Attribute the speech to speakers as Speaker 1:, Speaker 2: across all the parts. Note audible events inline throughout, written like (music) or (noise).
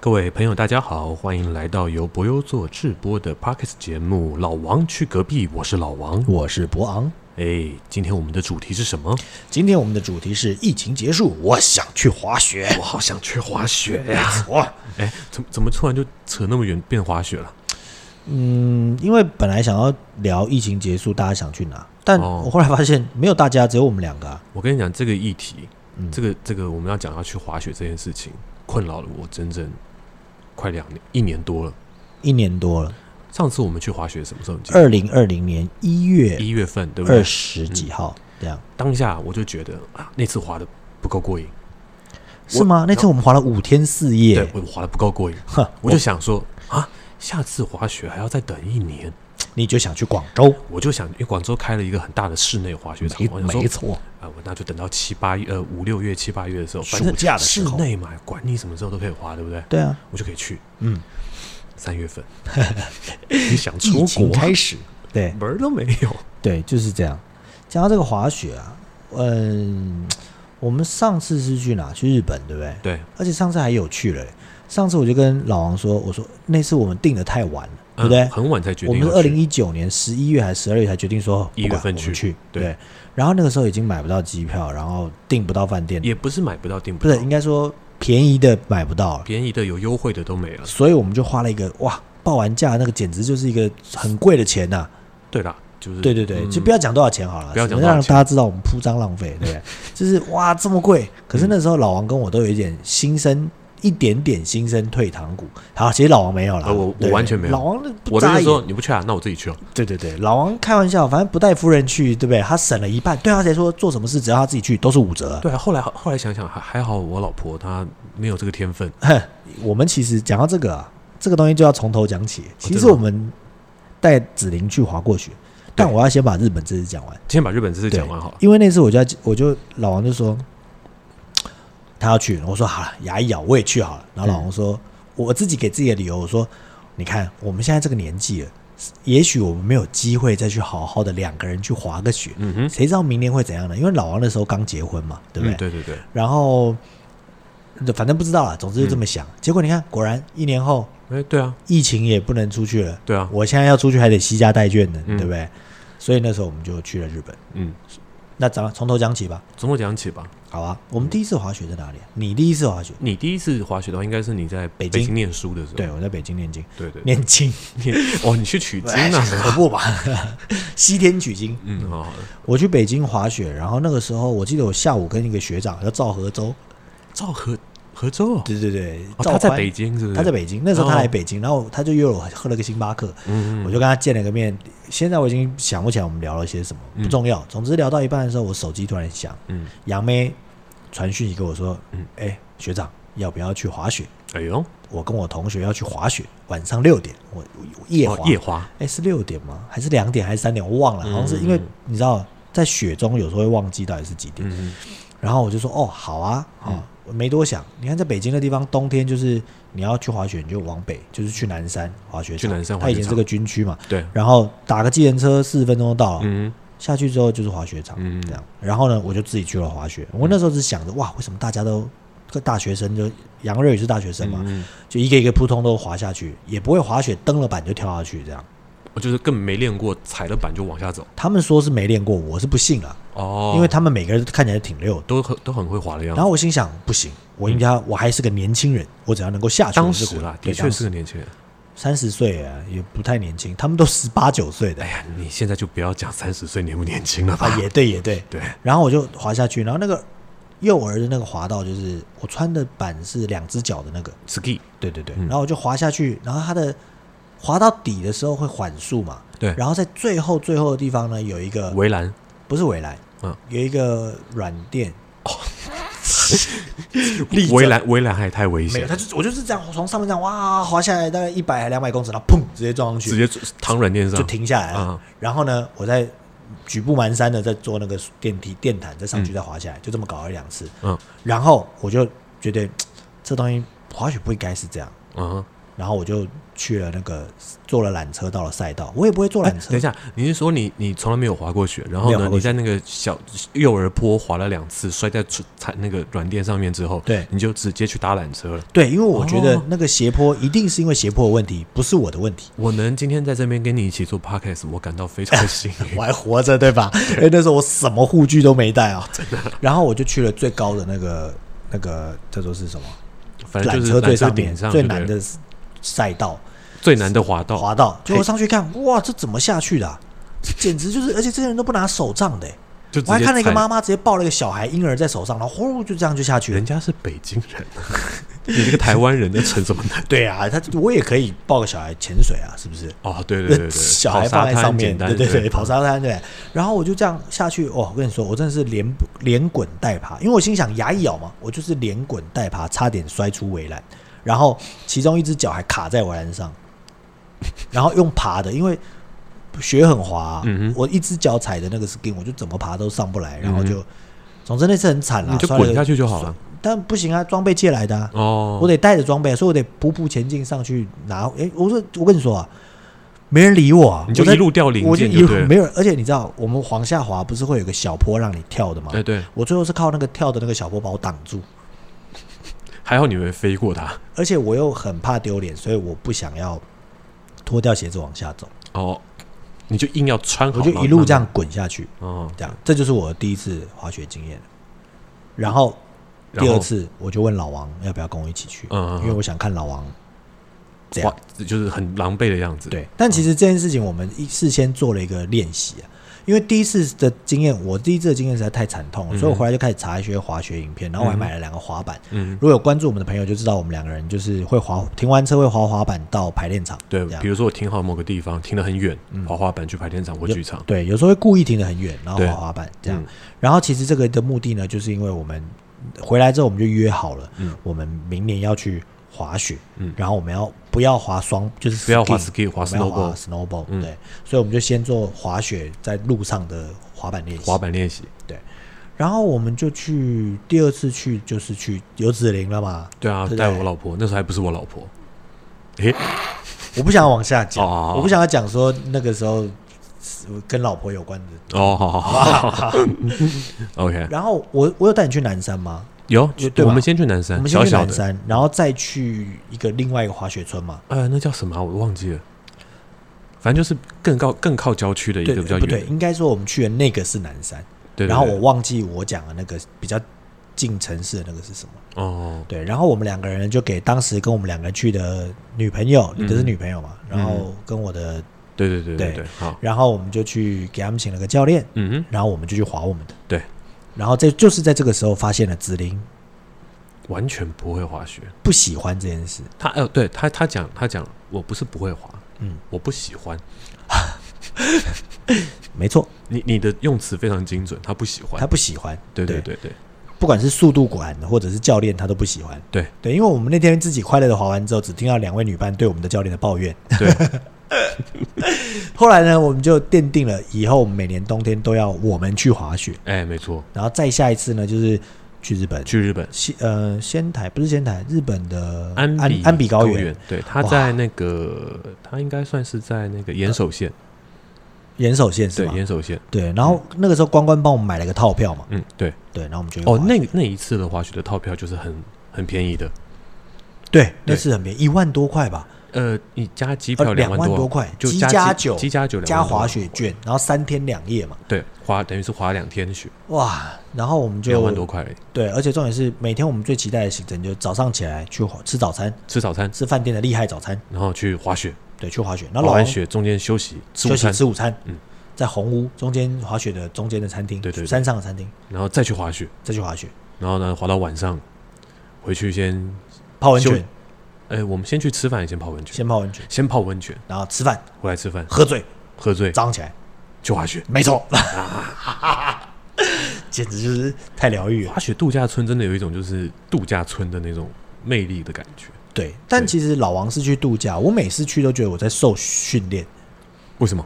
Speaker 1: 各位朋友，大家好，欢迎来到由博优做制播的 Parkes 节目《老王去隔壁》，我是老王。
Speaker 2: 我是博昂。
Speaker 1: 哎，今天我们的主题是什么？
Speaker 2: 今天我们的主题是疫情结束，我想去滑雪。
Speaker 1: 我好想去滑雪
Speaker 2: 没
Speaker 1: 呀！
Speaker 2: 错，
Speaker 1: 哎，怎怎么突然就扯那么远变滑雪了？
Speaker 2: 嗯，因为本来想要聊疫情结束，大家想去哪，但
Speaker 1: 哦
Speaker 2: 我后来发现没有大家，只有我们两个、啊。
Speaker 1: 我跟你讲，这个议题，
Speaker 2: 嗯
Speaker 1: 这个这个我们要讲要去滑雪这件事情，困扰了我整整快两年一年多了。
Speaker 2: 一年多了，
Speaker 1: 上次我们去滑雪什么时候？你记得？
Speaker 2: 二零二零年一月
Speaker 1: 一月份，对不
Speaker 2: 呃二
Speaker 1: 对？
Speaker 2: 十几号、这样，
Speaker 1: 当下我就觉得啊，那次滑的不够过瘾，
Speaker 2: 是吗？那次我们滑了五天四
Speaker 1: 嗯
Speaker 2: 夜
Speaker 1: 对，我滑的不够过瘾，
Speaker 2: 哼，
Speaker 1: 我就想说啊，下次滑雪还要再等一年。
Speaker 2: 你就想去广州，
Speaker 1: 我就想，因为广州开了一个很大的室内滑雪场，
Speaker 2: 没
Speaker 1: 我想说
Speaker 2: 没错，
Speaker 1: 啊，我那就等到七八月呃五六月七八月的时候，
Speaker 2: 暑
Speaker 1: 反正
Speaker 2: 假的时
Speaker 1: 室
Speaker 2: 候
Speaker 1: 内嘛，管你什么时候都可以滑，对不对？
Speaker 2: 对啊，
Speaker 1: 我就可以去
Speaker 2: 嗯，
Speaker 1: 三月
Speaker 2: (laughs)
Speaker 1: 份。你想出
Speaker 2: 疫情
Speaker 1: 国啊
Speaker 2: 开始，对
Speaker 1: 门儿都没有，
Speaker 2: 对，就是这样。讲到这个滑雪啊，嗯，我们上次是去哪？去日本，对不对？
Speaker 1: 对，
Speaker 2: 而且上次还有去了欸。上次我就跟老王说，我说那次我们定的太晚了，对不对
Speaker 1: 嗯？很晚才决
Speaker 2: 我
Speaker 1: 定
Speaker 2: 们
Speaker 1: 要去。
Speaker 2: 是二零一九年十一月还是十二月才决定说
Speaker 1: 一月
Speaker 2: 不管
Speaker 1: 份
Speaker 2: 我
Speaker 1: 去
Speaker 2: 们去，
Speaker 1: 对
Speaker 2: 对。然后那个时候已经买不到机票，然后订不到饭店，
Speaker 1: 也不是买不到订
Speaker 2: 不
Speaker 1: 到
Speaker 2: 是，应该说便宜的买不到了，
Speaker 1: 便宜的有优惠的都没了。
Speaker 2: 所以我们就花了一个哇，报完价那个简直就是一个很贵的钱呐、
Speaker 1: 对啦，就是嗯
Speaker 2: 对对对，就不要讲多少钱好了，
Speaker 1: 不要讲多少
Speaker 2: 让
Speaker 1: 钱
Speaker 2: 大家知道我们铺张浪费，对不对？
Speaker 1: (laughs)
Speaker 2: 就是哇这么贵，可是那时候老王跟我都有一点心生一点点心生退堂鼓。好，其实老王没有啦，
Speaker 1: 呃我我
Speaker 2: 对
Speaker 1: 完全没有
Speaker 2: 老王那不
Speaker 1: 我那
Speaker 2: 眨
Speaker 1: 个时候
Speaker 2: 眼，
Speaker 1: 你不去啊，那我自己去哦。
Speaker 2: 对对对，老王开玩笑，反正不带夫人去，对不对？他省了一半，对他来说做什么事只要他自己去都是五折。
Speaker 1: 对啊，后来后来想想还还好，我老婆她没有这个天分。
Speaker 2: 哼，我们其实讲到这个啊，这个东西就要从头讲起。其
Speaker 1: 真
Speaker 2: 实
Speaker 1: 的哦
Speaker 2: 我
Speaker 1: 吗
Speaker 2: 们带子玲去滑过雪，但
Speaker 1: 对
Speaker 2: 我要先把日本这次讲完。
Speaker 1: 先把日本这次
Speaker 2: 对
Speaker 1: 讲完好了。
Speaker 2: 因为那次我就在我就老王就说他要去，我说好了，牙一咬我也去好了。然后老王说、我自己给自己的理由，我说你看我们现在这个年纪了，也许我们没有机会再去好好的两个人去滑个雪，
Speaker 1: 嗯哼，
Speaker 2: 谁知道明年会怎样呢？因为老王那时候刚结婚嘛，对不对？
Speaker 1: 嗯对对对，
Speaker 2: 然后反正不知道啦，总之就这么想。
Speaker 1: 嗯
Speaker 2: 结果你看，果然一年后
Speaker 1: 哎，对啊，
Speaker 2: 疫情也不能出去了，
Speaker 1: 对啊，
Speaker 2: 我现在要出去还得惜家带眷呢，
Speaker 1: 嗯
Speaker 2: 对不对？所以那时候我们就去了日本。
Speaker 1: 嗯，
Speaker 2: 那咱们从头讲起吧。
Speaker 1: 从我讲起吧。
Speaker 2: 好啊，我们第一次滑雪在哪里、啊？你第一次滑雪？
Speaker 1: 你第一次滑雪的话，应该是你在
Speaker 2: 北京
Speaker 1: 京念书的时候。
Speaker 2: 对，我在北京念经，
Speaker 1: 对对，
Speaker 2: 念经，
Speaker 1: 念哦，你去取经啊？
Speaker 2: 可不吧？ (laughs) 西天取经。
Speaker 1: 嗯，好好的。
Speaker 2: 我去北京滑雪，然后那个时候我记得我下午跟一个学长叫赵和洲，
Speaker 1: 赵合合州哦，
Speaker 2: 对对对，
Speaker 1: 哦
Speaker 2: 赵
Speaker 1: 他在
Speaker 2: 宽
Speaker 1: 北京是不是？
Speaker 2: 他在北京，那时候他
Speaker 1: 哦
Speaker 2: 来北京，然后他就约我喝了个星巴克，
Speaker 1: 嗯，嗯
Speaker 2: 我就跟他见了个面。现在我已经想不起来我们聊了些什么，不重要。总之聊到一半的时候，我手机突然响，
Speaker 1: 嗯，
Speaker 2: 杨妹传讯息跟我说
Speaker 1: 嗯：“
Speaker 2: 哎、学长，要不要去滑雪？
Speaker 1: 哎呦，
Speaker 2: 我跟我同学要去滑雪，晚上六点，我我夜
Speaker 1: 哦
Speaker 2: 滑，
Speaker 1: 夜滑，
Speaker 2: 哎、是六点吗？还是两点还是三点？我忘了，好像是因为
Speaker 1: 嗯
Speaker 2: 你知道，在雪中有时候会忘记到底是几点。
Speaker 1: 嗯，
Speaker 2: 然后我就说哦，好啊，哦，我没多想。你看在北京的地方，冬天就是你要去滑雪，你就往北，就是去南山滑雪场。
Speaker 1: 去南山滑
Speaker 2: 它
Speaker 1: 雪
Speaker 2: 以前是个军区嘛。
Speaker 1: 对，
Speaker 2: 然后打个计程车，四十分钟就到了。
Speaker 1: 嗯，
Speaker 2: 下去之后就是滑雪场，
Speaker 1: 嗯
Speaker 2: 这样。然后呢，我就自己去了滑雪。我那时候是想着，哇，为什么大家都个大学生就杨瑞也是大学生嘛，
Speaker 1: 嗯，
Speaker 2: 就一个一个扑通都滑下去，也不会滑雪，登了板就跳下去这样。
Speaker 1: 我哦就是更没练过，踩了板就往下走。
Speaker 2: 他们说是没练过，我是不信了，
Speaker 1: 哦，嗯
Speaker 2: 因为他们每个人看起来挺溜的。
Speaker 1: 都很都很会滑的样
Speaker 2: 然
Speaker 1: 子。
Speaker 2: 后我心想，不行，我应该、我还是个年轻人，我只要能够下去，
Speaker 1: 嗯当
Speaker 2: 我是
Speaker 1: 时啦，
Speaker 2: 对
Speaker 1: 的确是个年轻人。
Speaker 2: 三十岁啊，也不太年轻，他们都十八九岁的
Speaker 1: 哎呀，你现在就不要讲三十岁年不年轻了吧
Speaker 2: 啊，？也对也对。
Speaker 1: 对，
Speaker 2: 然后我就滑下去，然后那个幼儿的那个滑道，就是我穿的板是两只脚的那个，
Speaker 1: ski，
Speaker 2: 对对对。
Speaker 1: 嗯
Speaker 2: 然后我就滑下去，然后它的滑到底的时候会缓速嘛，
Speaker 1: 对，
Speaker 2: 然后在最后最后的地方呢，有一个
Speaker 1: 围栏，
Speaker 2: 不是围栏，
Speaker 1: 嗯
Speaker 2: 有一个软垫， (laughs)
Speaker 1: 围栏围栏还太危
Speaker 2: 没
Speaker 1: 险
Speaker 2: 有，他，就我就是这样从上面这样哇滑下来，大概一百两百公尺，然后砰直接撞上去，
Speaker 1: 直接躺软垫上
Speaker 2: 就停下来了。
Speaker 1: 嗯
Speaker 2: 然后呢，我在举步蹒跚的在坐那个电梯电毯，再上去再滑下来，就这么搞了一两次。
Speaker 1: 嗯
Speaker 2: 然后我就觉得嘖这东西滑雪不应该是这样。
Speaker 1: 嗯哼，
Speaker 2: 然然后我就去了那个坐了缆车到了赛道，我也不会坐
Speaker 1: 哎
Speaker 2: 缆车，
Speaker 1: 等一下，你是说你你从来没有滑过雪，然后
Speaker 2: 没有滑
Speaker 1: 呢，
Speaker 2: 过
Speaker 1: 你在那个小幼儿坡滑了两次，摔在出踩那个软垫上面之后，
Speaker 2: 对
Speaker 1: 你就直接去搭缆车了。
Speaker 2: 对，因为我觉得
Speaker 1: 哦
Speaker 2: 那个斜坡一定是因为斜坡的问题，不是我的问题。
Speaker 1: 我能今天在这边跟你一起做 podcast，我感到非常的幸
Speaker 2: (laughs)
Speaker 1: 运。
Speaker 2: 我还活着，对吧？哎、那时候我什么护具都没带啊，然后我就去了最高的那个那个叫做是什么
Speaker 1: 反哎正就
Speaker 2: 缆
Speaker 1: 是
Speaker 2: 车最
Speaker 1: 缆车
Speaker 2: 上
Speaker 1: 顶
Speaker 2: 面
Speaker 1: 上
Speaker 2: 最
Speaker 1: 对不
Speaker 2: 难
Speaker 1: 对
Speaker 2: 的赛道
Speaker 1: 最难的滑道，
Speaker 2: 滑道，结果
Speaker 1: 嘿
Speaker 2: 上去看，哇，这怎么下去的啊、这简直
Speaker 1: (laughs)
Speaker 2: 就是，而且这些人都不拿手杖的、欸
Speaker 1: 就
Speaker 2: 我还看了一个妈
Speaker 1: 吗？
Speaker 2: 妈直接抱了一个小孩婴儿在手上，然后呼就这样就下去了
Speaker 1: 人。家是北京人， (laughs) 你这个台湾人在逞什么难？
Speaker 2: 对啊，他我也可以抱个小孩潜水啊，是不是？
Speaker 1: 哦，对
Speaker 2: (laughs)
Speaker 1: 对对对，
Speaker 2: 小
Speaker 1: 跑
Speaker 2: 孩
Speaker 1: 沙
Speaker 2: 放在上
Speaker 1: 滩
Speaker 2: 面，
Speaker 1: 简单，
Speaker 2: 对对对，跑沙滩对。然后我就这样下去，哦，我跟你说，我真的是连连滚带爬，因为我心想牙一咬嘛，我就是连滚带爬，差点摔出围栏，然后其中一只脚还卡在围栏上， (laughs) 然后用爬的，因为雪很滑、啊
Speaker 1: 嗯哼
Speaker 2: 我一只脚踩的那个 skin，我就怎么爬都上不来，然后
Speaker 1: 嗯哼
Speaker 2: 就，总之那次很惨啦，
Speaker 1: 你就
Speaker 2: 摔了
Speaker 1: 滚下去就好了。
Speaker 2: 但不行啊，装备借来的啊，
Speaker 1: 哦，
Speaker 2: 我得带着装备，所以我得步步前进上去拿。诶，我说，我跟你说啊，没人理我、啊，
Speaker 1: 你就
Speaker 2: 我在
Speaker 1: 一路掉零
Speaker 2: 我就
Speaker 1: 件
Speaker 2: 一
Speaker 1: 就
Speaker 2: 路
Speaker 1: 对了
Speaker 2: 没有人，而且你知道，我们往下滑不是会有个小坡让你跳的吗？
Speaker 1: 哎对，
Speaker 2: 我最后是靠那个跳的那个小坡把我挡住，
Speaker 1: 还好你没飞过它。
Speaker 2: 而且我又很怕丢脸，所以我不想要脱掉鞋子往下走，
Speaker 1: 哦，你就硬要穿好，
Speaker 2: 我就一路这样滚下去，
Speaker 1: 慢慢地。哦，
Speaker 2: 这样，这就是我的第一次滑雪经验。然后
Speaker 1: 然
Speaker 2: 第
Speaker 1: 后
Speaker 2: 二次我就问老王要不要跟我一起去，
Speaker 1: 嗯嗯嗯
Speaker 2: 因为我想看老王怎样
Speaker 1: 哇，就是很狼狈的样子。，
Speaker 2: 对，但其实这件事情我们一事先做了一个练习啊，因为第一次的经验，我第一次的经验实在太惨痛了，所以我回来就开始查一些滑雪影片，然后我还买了两个滑板。
Speaker 1: 嗯，
Speaker 2: 如果有关注我们的朋友就知道，我们两个人就是会滑，停完车会滑滑板到排练场。
Speaker 1: 对
Speaker 2: 这，样嗯
Speaker 1: 比如说我停好某个地方，停得很远，滑滑板去排练场或剧场，
Speaker 2: 对，有时候会故意停得很远，然后
Speaker 1: 对
Speaker 2: 滑滑板这样。
Speaker 1: 嗯
Speaker 2: 然后其实这个的目的呢，就是因为我们回来之后我们就约好了，我们明年要去滑雪，
Speaker 1: 嗯
Speaker 2: 然后我们要不要滑双，就是
Speaker 1: 不要滑
Speaker 2: ski，
Speaker 1: ski，滑
Speaker 2: 我们要滑
Speaker 1: snowboard
Speaker 2: snowboard，、
Speaker 1: 嗯
Speaker 2: 对，所以我们就先做滑雪在路上的滑板练习，
Speaker 1: 滑板练习。
Speaker 2: 对。然后我们就去第二次去就是去游子林了嘛，
Speaker 1: 对啊，
Speaker 2: 对不
Speaker 1: 带
Speaker 2: 对
Speaker 1: 我老婆，那时候还不是我老婆。诶，
Speaker 2: 我不想往下讲，
Speaker 1: 哦
Speaker 2: 我不想要讲说那个时候是跟老婆有关的。
Speaker 1: 哦，好好好好
Speaker 2: (laughs)
Speaker 1: ，OK，
Speaker 2: 然后我我有带你去南山吗？
Speaker 1: 有
Speaker 2: 有对，吧
Speaker 1: 我们先去南
Speaker 2: 我
Speaker 1: 山，
Speaker 2: 们
Speaker 1: 嗯
Speaker 2: 先
Speaker 1: 小
Speaker 2: 去
Speaker 1: 小
Speaker 2: 南
Speaker 1: 的，
Speaker 2: 山，然后再去一个另外一个滑雪村嘛。
Speaker 1: 呃，那叫什么啊？我忘记了，反正就是更高、更靠郊区的一
Speaker 2: 对，
Speaker 1: 个比较
Speaker 2: 呃不
Speaker 1: 远的，
Speaker 2: 对，应该说我们去的那个是南山，
Speaker 1: 对对
Speaker 2: 然后
Speaker 1: 对
Speaker 2: 我忘记我讲的那个比较近城市的那个是什么。
Speaker 1: 哦，
Speaker 2: 对，然后我们两个人就给当时跟我们两个人去的女朋友，
Speaker 1: 嗯
Speaker 2: 你的是女朋友嘛，然后跟我的，
Speaker 1: 对对对对
Speaker 2: 对
Speaker 1: 对，好，
Speaker 2: 然后我们就去给他们请了个教练，
Speaker 1: 嗯哼，
Speaker 2: 然后我们就去滑我们的。
Speaker 1: 对，
Speaker 2: 然后这就是在这个时候发现了紫菱
Speaker 1: 完全不会滑雪。
Speaker 2: 不喜欢这件事，
Speaker 1: 他呃，对他他讲他讲，我不是不会滑，
Speaker 2: 嗯，
Speaker 1: 我不喜欢。
Speaker 2: 没错，
Speaker 1: 你你的用词非常精准，他不喜欢
Speaker 2: 她。不喜欢。
Speaker 1: 对
Speaker 2: 对
Speaker 1: 对对对
Speaker 2: 不管是速度管或者是教练，他都不喜欢。
Speaker 1: 对
Speaker 2: 对，因为我们那天自己快乐的滑完之后，只听到两位女伴对我们的教练的抱怨。
Speaker 1: (laughs) 对，
Speaker 2: (laughs) 后来呢，我们就奠定了以后我们每年冬天都要我们去滑雪，
Speaker 1: 哎，没错，
Speaker 2: 然后再下一次呢，就是去日本，
Speaker 1: 去日本
Speaker 2: 西呃仙台不是仙台，日本的
Speaker 1: 安
Speaker 2: 安
Speaker 1: 比
Speaker 2: 安比高
Speaker 1: 高
Speaker 2: 原，
Speaker 1: 对，他
Speaker 2: 哇
Speaker 1: 在那个他应该算是在那个岩手县，
Speaker 2: 岩手县是
Speaker 1: 对
Speaker 2: 吗？
Speaker 1: 岩手县，
Speaker 2: 对，然后那个时候关关帮我们买了个套票嘛，
Speaker 1: 嗯，对。
Speaker 2: 对，然后我们就去
Speaker 1: 哦
Speaker 2: 滑，
Speaker 1: 那那一次的滑雪的套票就是很很便宜的，
Speaker 2: 对那次很便宜，一万多块吧，
Speaker 1: 呃，你加机
Speaker 2: 呃
Speaker 1: 票
Speaker 2: 两万
Speaker 1: 万
Speaker 2: 多块，
Speaker 1: 就
Speaker 2: 机
Speaker 1: 加
Speaker 2: 加
Speaker 1: 机
Speaker 2: 酒
Speaker 1: 机加酒两
Speaker 2: 加
Speaker 1: 万多
Speaker 2: 滑雪券，然后三天两夜嘛，
Speaker 1: 对，滑等于是滑两天雪，
Speaker 2: 哇，然后我们就
Speaker 1: 两万多块而已，
Speaker 2: 对，而且重点是每天我们最期待的行程就是早上起来去滑吃早餐，
Speaker 1: 吃早餐，
Speaker 2: 吃饭店的厉害早餐，
Speaker 1: 然后去滑雪，
Speaker 2: 对，去滑雪，然
Speaker 1: 滑
Speaker 2: 后啊老
Speaker 1: 完
Speaker 2: 王
Speaker 1: 雪中间休息吃午
Speaker 2: 休息
Speaker 1: 餐，
Speaker 2: 吃午餐，
Speaker 1: 嗯
Speaker 2: 在红屋中间滑雪的中间的餐厅，
Speaker 1: 对对对
Speaker 2: 山上的餐厅
Speaker 1: 然后再去滑雪，
Speaker 2: 再去滑雪，
Speaker 1: 然后呢滑到晚上回去先，
Speaker 2: 泡温泉
Speaker 1: 休，哎，我们先去吃饭，先泡温泉，
Speaker 2: 先泡温泉，
Speaker 1: 先泡温泉，
Speaker 2: 然后吃饭
Speaker 1: 回来吃饭，
Speaker 2: 喝醉，
Speaker 1: 喝醉
Speaker 2: 早上起来，
Speaker 1: 去滑雪。
Speaker 2: 没错，
Speaker 1: 啊
Speaker 2: (laughs) 简直就是太疗愈了。
Speaker 1: 滑雪度假村真的有一种就是度假村的那种魅力的感觉，
Speaker 2: 对，但
Speaker 1: 对
Speaker 2: 其实老王是去度假，我每次去都觉得我在受训练，
Speaker 1: 为什么？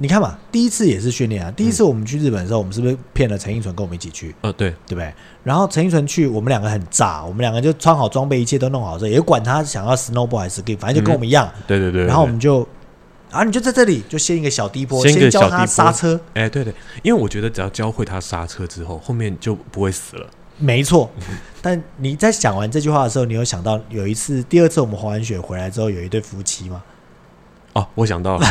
Speaker 2: 你看嘛，第一次也是训练
Speaker 1: 嗯
Speaker 2: 啊。第一次我们去日本的时候，我们是不是骗了陈奕纯跟我们一起去，
Speaker 1: 呃，对，
Speaker 2: 对不对？然后陈奕纯去，我们两个很炸，我们两个就穿好装备，一切都弄好之后，也管他想要 snowboard 还是 ski，反正就跟我们一样。
Speaker 1: 对嗯对对。
Speaker 2: 然后我
Speaker 1: 对
Speaker 2: 们就，啊，你就在这里就先一个小低坡，
Speaker 1: 先一个
Speaker 2: 先教
Speaker 1: 小低
Speaker 2: 他
Speaker 1: 坡
Speaker 2: 刹车，
Speaker 1: 哎、对对，因为我觉得只要教会他刹车之后，后面就不会死了。
Speaker 2: 没
Speaker 1: (laughs)
Speaker 2: 错。但你在讲完这句话的时候，你有想到有一次，第二次我们滑完雪回来之后，有一对夫妻吗？
Speaker 1: 哦，我想
Speaker 2: (laughs)
Speaker 1: 到了，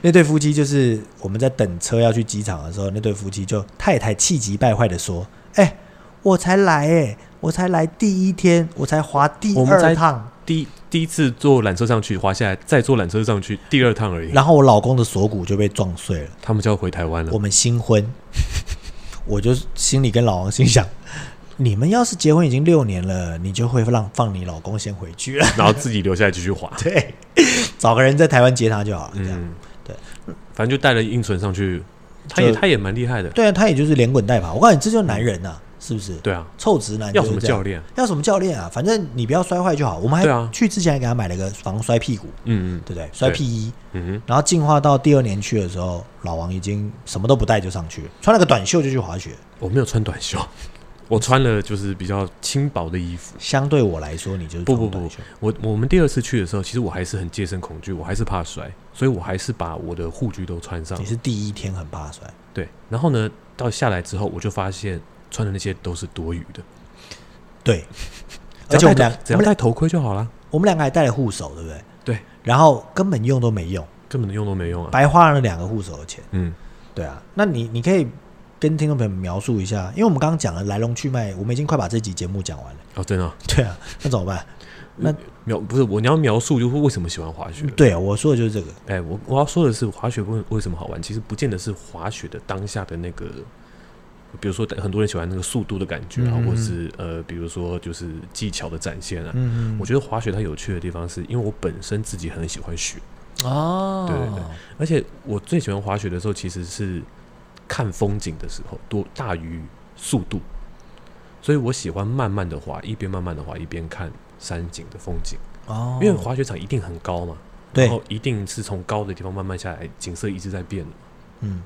Speaker 2: 那对夫妻就是我们在等车要去机场的时候，那对夫妻就太太气急败坏的说：“哎、我才来哎、我才来第一天，我才滑第
Speaker 1: 我们
Speaker 2: 二
Speaker 1: 在
Speaker 2: 趟，
Speaker 1: 第一第一次坐缆车上去，滑下来，再坐缆车上去，第二趟而已。
Speaker 2: 然后我老公的锁骨就被撞碎了。
Speaker 1: 他们就要回台湾了
Speaker 2: 我。们新婚，我就心里跟老王心想：你们要是结婚已经六年了，你就会让放你老公先回去了， (laughs)
Speaker 1: 然后自己留下来继续滑。
Speaker 2: 对，找个人在台湾接他就好了。这样、
Speaker 1: 嗯，
Speaker 2: 对，
Speaker 1: 反正就带了英纯上去，他也
Speaker 2: 就
Speaker 1: 他也蛮厉害的。
Speaker 2: 对啊，他也就是连滚带爬。我告诉你，这就是男人呐、是不是？
Speaker 1: 对啊，
Speaker 2: 臭直男
Speaker 1: 要什
Speaker 2: 就是
Speaker 1: 么
Speaker 2: 这样
Speaker 1: 教练？
Speaker 2: 要什么教练啊？反正你不要摔坏就好。我们还、
Speaker 1: 对啊
Speaker 2: 去之前还给他买了个防摔屁股，
Speaker 1: 嗯
Speaker 2: 对不对？摔屁衣。
Speaker 1: 嗯嗯
Speaker 2: 然后进化到第二年去的时候，老王已经什么都不带就上去了，穿了个短袖就去滑雪。
Speaker 1: 哼，我没有穿短袖， (laughs) 我穿了就是比较轻薄的衣服。
Speaker 2: 相对我来说，你就是
Speaker 1: 不
Speaker 2: 穿
Speaker 1: 不
Speaker 2: 短
Speaker 1: 不
Speaker 2: 袖。，
Speaker 1: 我我们第二次去的时候，其实我还是很戒慎恐惧，我还是怕摔，所以我还是把我的护具都穿上
Speaker 2: 你。是第一天很怕摔，
Speaker 1: 对，然后呢，到下来之后，我就发现穿的那些都是多余的，
Speaker 2: 对。而
Speaker 1: 只
Speaker 2: 且
Speaker 1: 要
Speaker 2: 我们
Speaker 1: 戴
Speaker 2: 两
Speaker 1: 头只
Speaker 2: 我
Speaker 1: 要
Speaker 2: 们
Speaker 1: 戴
Speaker 2: 两
Speaker 1: 头盔就好啦。
Speaker 2: 我们两个还带了护手，对不对？
Speaker 1: 对，
Speaker 2: 然后根本用都没用，
Speaker 1: 根本用都没用啊。
Speaker 2: 白花了两个护手的钱。
Speaker 1: 嗯，
Speaker 2: 对啊，那你你可以跟听众朋友们描述一下，因为我们刚刚讲了来龙去脉，我们已经快把这集节目讲完了。
Speaker 1: 哦，真的啊、
Speaker 2: 对啊，那怎么办？那
Speaker 1: 描不是我你要描述就是为什么喜欢滑雪。
Speaker 2: 对、啊，我说的就是这个。
Speaker 1: 哎、我我要说的是，滑雪为为什么好玩？其实不见得是滑雪的当下的那个，比如说很多人喜欢那个速度的感觉啊，
Speaker 2: 嗯嗯嗯
Speaker 1: 或是呃，比如说就是技巧的展现啊。
Speaker 2: 嗯
Speaker 1: 我觉得滑雪它有趣的地方是，因为我本身自己很喜欢雪，
Speaker 2: 得哦
Speaker 1: 对对而且我最喜欢滑雪的时候其实是看风景的时候，多大于速度，所以我喜欢慢慢的滑，一边慢慢的滑，一边看山景的风景，
Speaker 2: 哦
Speaker 1: 因为滑雪场一定很高嘛，然
Speaker 2: 对
Speaker 1: 后，一定是从高的地方慢慢下来，景色一直在变的。
Speaker 2: 嗯，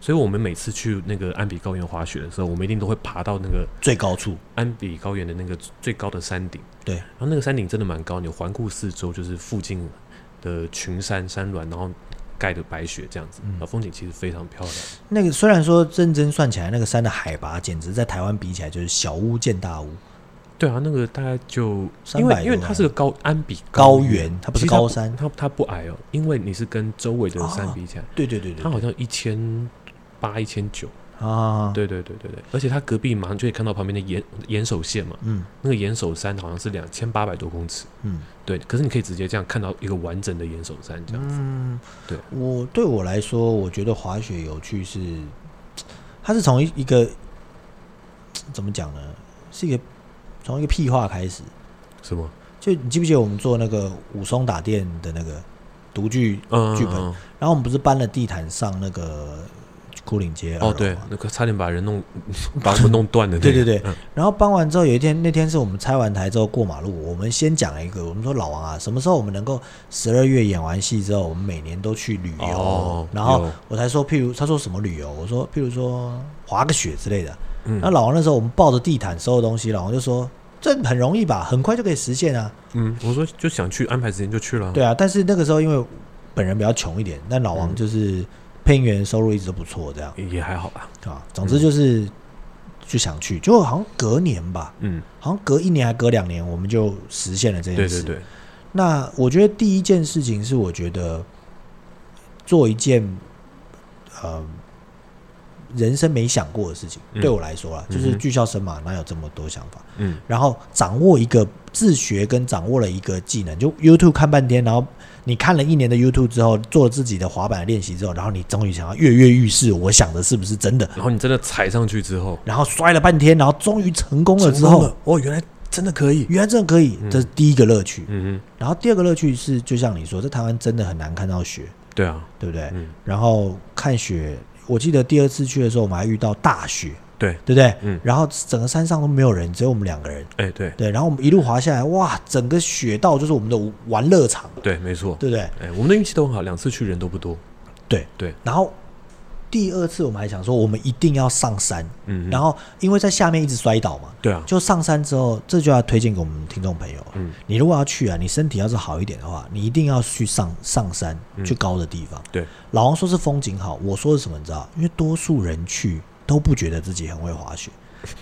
Speaker 1: 所以我们每次去那个安比高原滑雪的时候，我们一定都会爬到那个
Speaker 2: 最高处，
Speaker 1: 安比高原的那个最高的山顶。
Speaker 2: 对
Speaker 1: 然后那个山顶真的蛮高，你环顾四周就是附近的群山山峦，然后盖的白雪这样子，
Speaker 2: 嗯
Speaker 1: 然后风景其实非常漂亮。
Speaker 2: 那个虽然说认真算起来，那个山的海拔简直在台湾比起来就是小巫见大巫，
Speaker 1: 对啊，那个大概就
Speaker 2: 300
Speaker 1: 因
Speaker 2: 多
Speaker 1: 为因为它
Speaker 2: 啊
Speaker 1: 是个高安比
Speaker 2: 高
Speaker 1: 原，
Speaker 2: 原它不是
Speaker 1: 其实它
Speaker 2: 高山。
Speaker 1: 它它不矮哦，因为你是跟周围的山比起来，
Speaker 2: 对对对对
Speaker 1: 它好像一千八、一千九。
Speaker 2: 啊，
Speaker 1: 对对对对对，而且它隔壁马上就可以看到旁边的岩岩手县嘛，
Speaker 2: 嗯
Speaker 1: 那个岩手山好像是两千八百多公尺，
Speaker 2: 嗯
Speaker 1: 对，可是你可以直接这样看到一个完整的岩手山这样子，
Speaker 2: 嗯，
Speaker 1: 对
Speaker 2: 我对我来说，我觉得滑雪有趣是，它是从一一个怎么讲呢，是一个从一个屁话开始。
Speaker 1: 是吗？
Speaker 2: 就你记不记得我们做那个武松打店的那个独具
Speaker 1: 嗯，
Speaker 2: 剧本
Speaker 1: 嗯
Speaker 2: 然后我们不是搬了地毯上那个枯岭街
Speaker 1: 嗯
Speaker 2: 二楼
Speaker 1: 哦，对
Speaker 2: 吗，
Speaker 1: 那个差点把人弄， (laughs) 把我们弄断了那个，
Speaker 2: 啊对对对
Speaker 1: 嗯，
Speaker 2: 然后搬完之后，有一天那天是我们拆完台之后过马路，我们先讲了一个，我们说老王啊，什么时候我们能够十二月演完戏之后，我们每年都去旅游？
Speaker 1: 哦
Speaker 2: 然后
Speaker 1: 有
Speaker 2: 我才说，譬如他说什么旅游，我说譬如说滑个雪之类的。
Speaker 1: 嗯
Speaker 2: 那老王那时候我们抱着地毯所有东西，老王就说这很容易吧，很快就可以实现啊。
Speaker 1: 嗯，我说就想去安排时间就去了，
Speaker 2: 对啊，但是那个时候因为本人比较穷一点，但老王
Speaker 1: 嗯嗯
Speaker 2: 就是配音员收入一直都不错，这样
Speaker 1: 也也还好吧，
Speaker 2: 啊。总之就是、就想去，结果好像隔年吧，
Speaker 1: 嗯，
Speaker 2: 好像隔一年还隔两年，我们就实现了这件
Speaker 1: 对
Speaker 2: 事。
Speaker 1: 对对，
Speaker 2: 那我觉得第一件事情是，我觉得做一件呃人生没想过的事情，
Speaker 1: 嗯
Speaker 2: 对我来说啦，就是
Speaker 1: 嗯哼
Speaker 2: 剧校生嘛，哪有这么多想法？
Speaker 1: 嗯，
Speaker 2: 然后掌握一个自学跟掌握了一个技能，就 YouTube 看半天，然后你看了一年的 YouTube 之后，做了自己的滑板练习之后，然后你终于想要跃跃欲试，我想的是不是真的？
Speaker 1: 然后你真的踩上去之后，
Speaker 2: 然后摔了半天，然后终于成功了之后，
Speaker 1: 成功了哦，原来真的可以，
Speaker 2: 原来真的可以，这是第一个乐趣。
Speaker 1: 嗯
Speaker 2: 然后第二个乐趣是，就像你说，在台湾真的很难看到雪，
Speaker 1: 哼，对啊，
Speaker 2: 对不对？
Speaker 1: 嗯，
Speaker 2: 然后看雪，我记得第二次去的时候，我们还遇到大雪，
Speaker 1: 对，
Speaker 2: 对不对？
Speaker 1: 嗯
Speaker 2: 然后整个山上都没有人，只有我们两个人。
Speaker 1: 哎，对
Speaker 2: 对，然后我们一路滑下来，哇，整个雪道就是我们的玩乐场，
Speaker 1: 对，没错，
Speaker 2: 对不对？
Speaker 1: 哎，我们的运气都很好，两次去人都不多，
Speaker 2: 对
Speaker 1: 对，
Speaker 2: 然后第二次我们还想说，我们一定要上山，
Speaker 1: 嗯
Speaker 2: 然
Speaker 1: 哼，
Speaker 2: 后因为在下面一直摔倒嘛，
Speaker 1: 对啊，
Speaker 2: 就上山之后，这就要推荐给我们听众朋友。
Speaker 1: 嗯，
Speaker 2: 你如果要去啊，你身体要是好一点的话，你一定要去上上山，
Speaker 1: 嗯
Speaker 2: 去高的地方。
Speaker 1: 对，
Speaker 2: 老王说是风景好，我说是什么？你知道？因为多数人去都不觉得自己很会
Speaker 1: (laughs)
Speaker 2: 滑雪，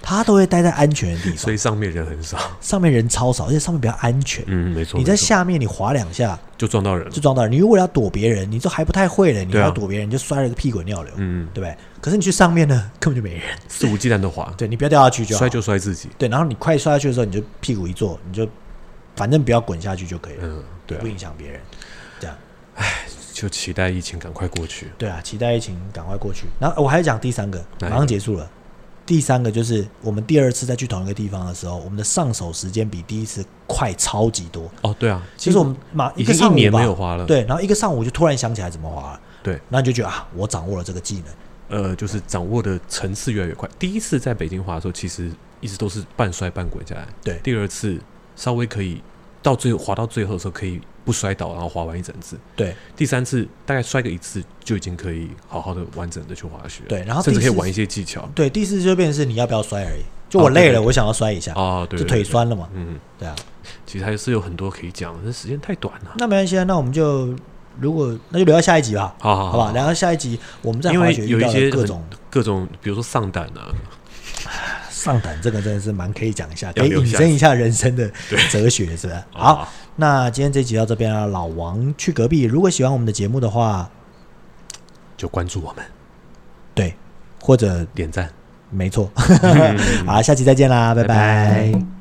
Speaker 2: 他都会待在安全的地
Speaker 1: 所
Speaker 2: 方
Speaker 1: 以，上面人很少，
Speaker 2: 上面人超少，而且上面比较安全。
Speaker 1: 嗯，没错，
Speaker 2: 你在
Speaker 1: 没错
Speaker 2: 下面你滑两下
Speaker 1: 就撞到人了
Speaker 2: 就，撞到人，你如果要躲别人，你都还不太会了，你还
Speaker 1: 对啊
Speaker 2: 要躲别人，你就摔了个屁滚尿流，
Speaker 1: 嗯，
Speaker 2: 对不对？可是你去上面呢，根本就没人，
Speaker 1: 肆无忌惮的滑，
Speaker 2: 对你不要掉下去就好
Speaker 1: 摔。就摔自己，
Speaker 2: 对，然后你快摔下去的时候，你就屁股一坐，你就反正不要滚下去就可以了，
Speaker 1: 嗯，对啊
Speaker 2: 不，影响别人。这样，
Speaker 1: 就期待疫情赶快过去，
Speaker 2: 对啊，期待疫情赶快过去。然后我还要讲第三个，
Speaker 1: 哪一个
Speaker 2: 马上结束了。第三个就是我们第二次再去同一个地方的时候，我们的上手时间比第一次快超级多。
Speaker 1: 哦，对啊，
Speaker 2: 其实我们马
Speaker 1: 已
Speaker 2: 个
Speaker 1: 经
Speaker 2: 上
Speaker 1: 一
Speaker 2: 午
Speaker 1: 年
Speaker 2: 吧
Speaker 1: 没有滑了，，
Speaker 2: 对，然后一个上午就突然想起来怎么滑了，
Speaker 1: 对，
Speaker 2: 然后你就觉得啊，我掌握了这个技能。
Speaker 1: 呃，就是掌握的层次越来越快。第一次在北京滑的时候，其实一直都是半摔半滚下来，
Speaker 2: 对
Speaker 1: 第二次稍微可以到最后滑到最后的时候可以不摔倒，然后滑完一整次。
Speaker 2: 对
Speaker 1: 第三次大概摔个一次就已经可以好好的完整的去滑雪了，
Speaker 2: 对，然后
Speaker 1: 甚至
Speaker 2: 第
Speaker 1: 可以
Speaker 2: 四
Speaker 1: 玩一些技巧
Speaker 2: 对，第四就变成是你要不要摔而已。就
Speaker 1: 哦
Speaker 2: 我
Speaker 1: 对
Speaker 2: 累
Speaker 1: 对
Speaker 2: 了，
Speaker 1: 对
Speaker 2: 我想要摔一下，
Speaker 1: 啊，对，
Speaker 2: 就
Speaker 1: 对
Speaker 2: 腿，
Speaker 1: 对
Speaker 2: 酸了嘛。
Speaker 1: 嗯，
Speaker 2: 对啊，
Speaker 1: 其实还是有很多可以讲，但时间太短了。
Speaker 2: 那没关系啊，那我们就如果那就留到下一集吧，
Speaker 1: 好好
Speaker 2: 好吧？然后下一集我们在
Speaker 1: 啊因
Speaker 2: 滑
Speaker 1: 为
Speaker 2: 雪
Speaker 1: 有
Speaker 2: 遇
Speaker 1: 一
Speaker 2: 到
Speaker 1: 些
Speaker 2: 的各
Speaker 1: 很
Speaker 2: 种
Speaker 1: 各种，比如说上胆啊，
Speaker 2: 上胆，这个真的是蛮可以讲一下，
Speaker 1: 要
Speaker 2: 可以
Speaker 1: 留
Speaker 2: 引
Speaker 1: 下
Speaker 2: 申一下人生的
Speaker 1: (laughs) 对
Speaker 2: 哲学，是吧？
Speaker 1: 啊
Speaker 2: 好，，那今天这集到这边了，老王去隔壁。如果喜欢我们的节目的话，
Speaker 1: 就关注我们，
Speaker 2: 对，或者
Speaker 1: 点赞。
Speaker 2: (laughs) 没错，好，下期再见啦，拜
Speaker 1: 拜
Speaker 2: 拜
Speaker 1: 嗯拜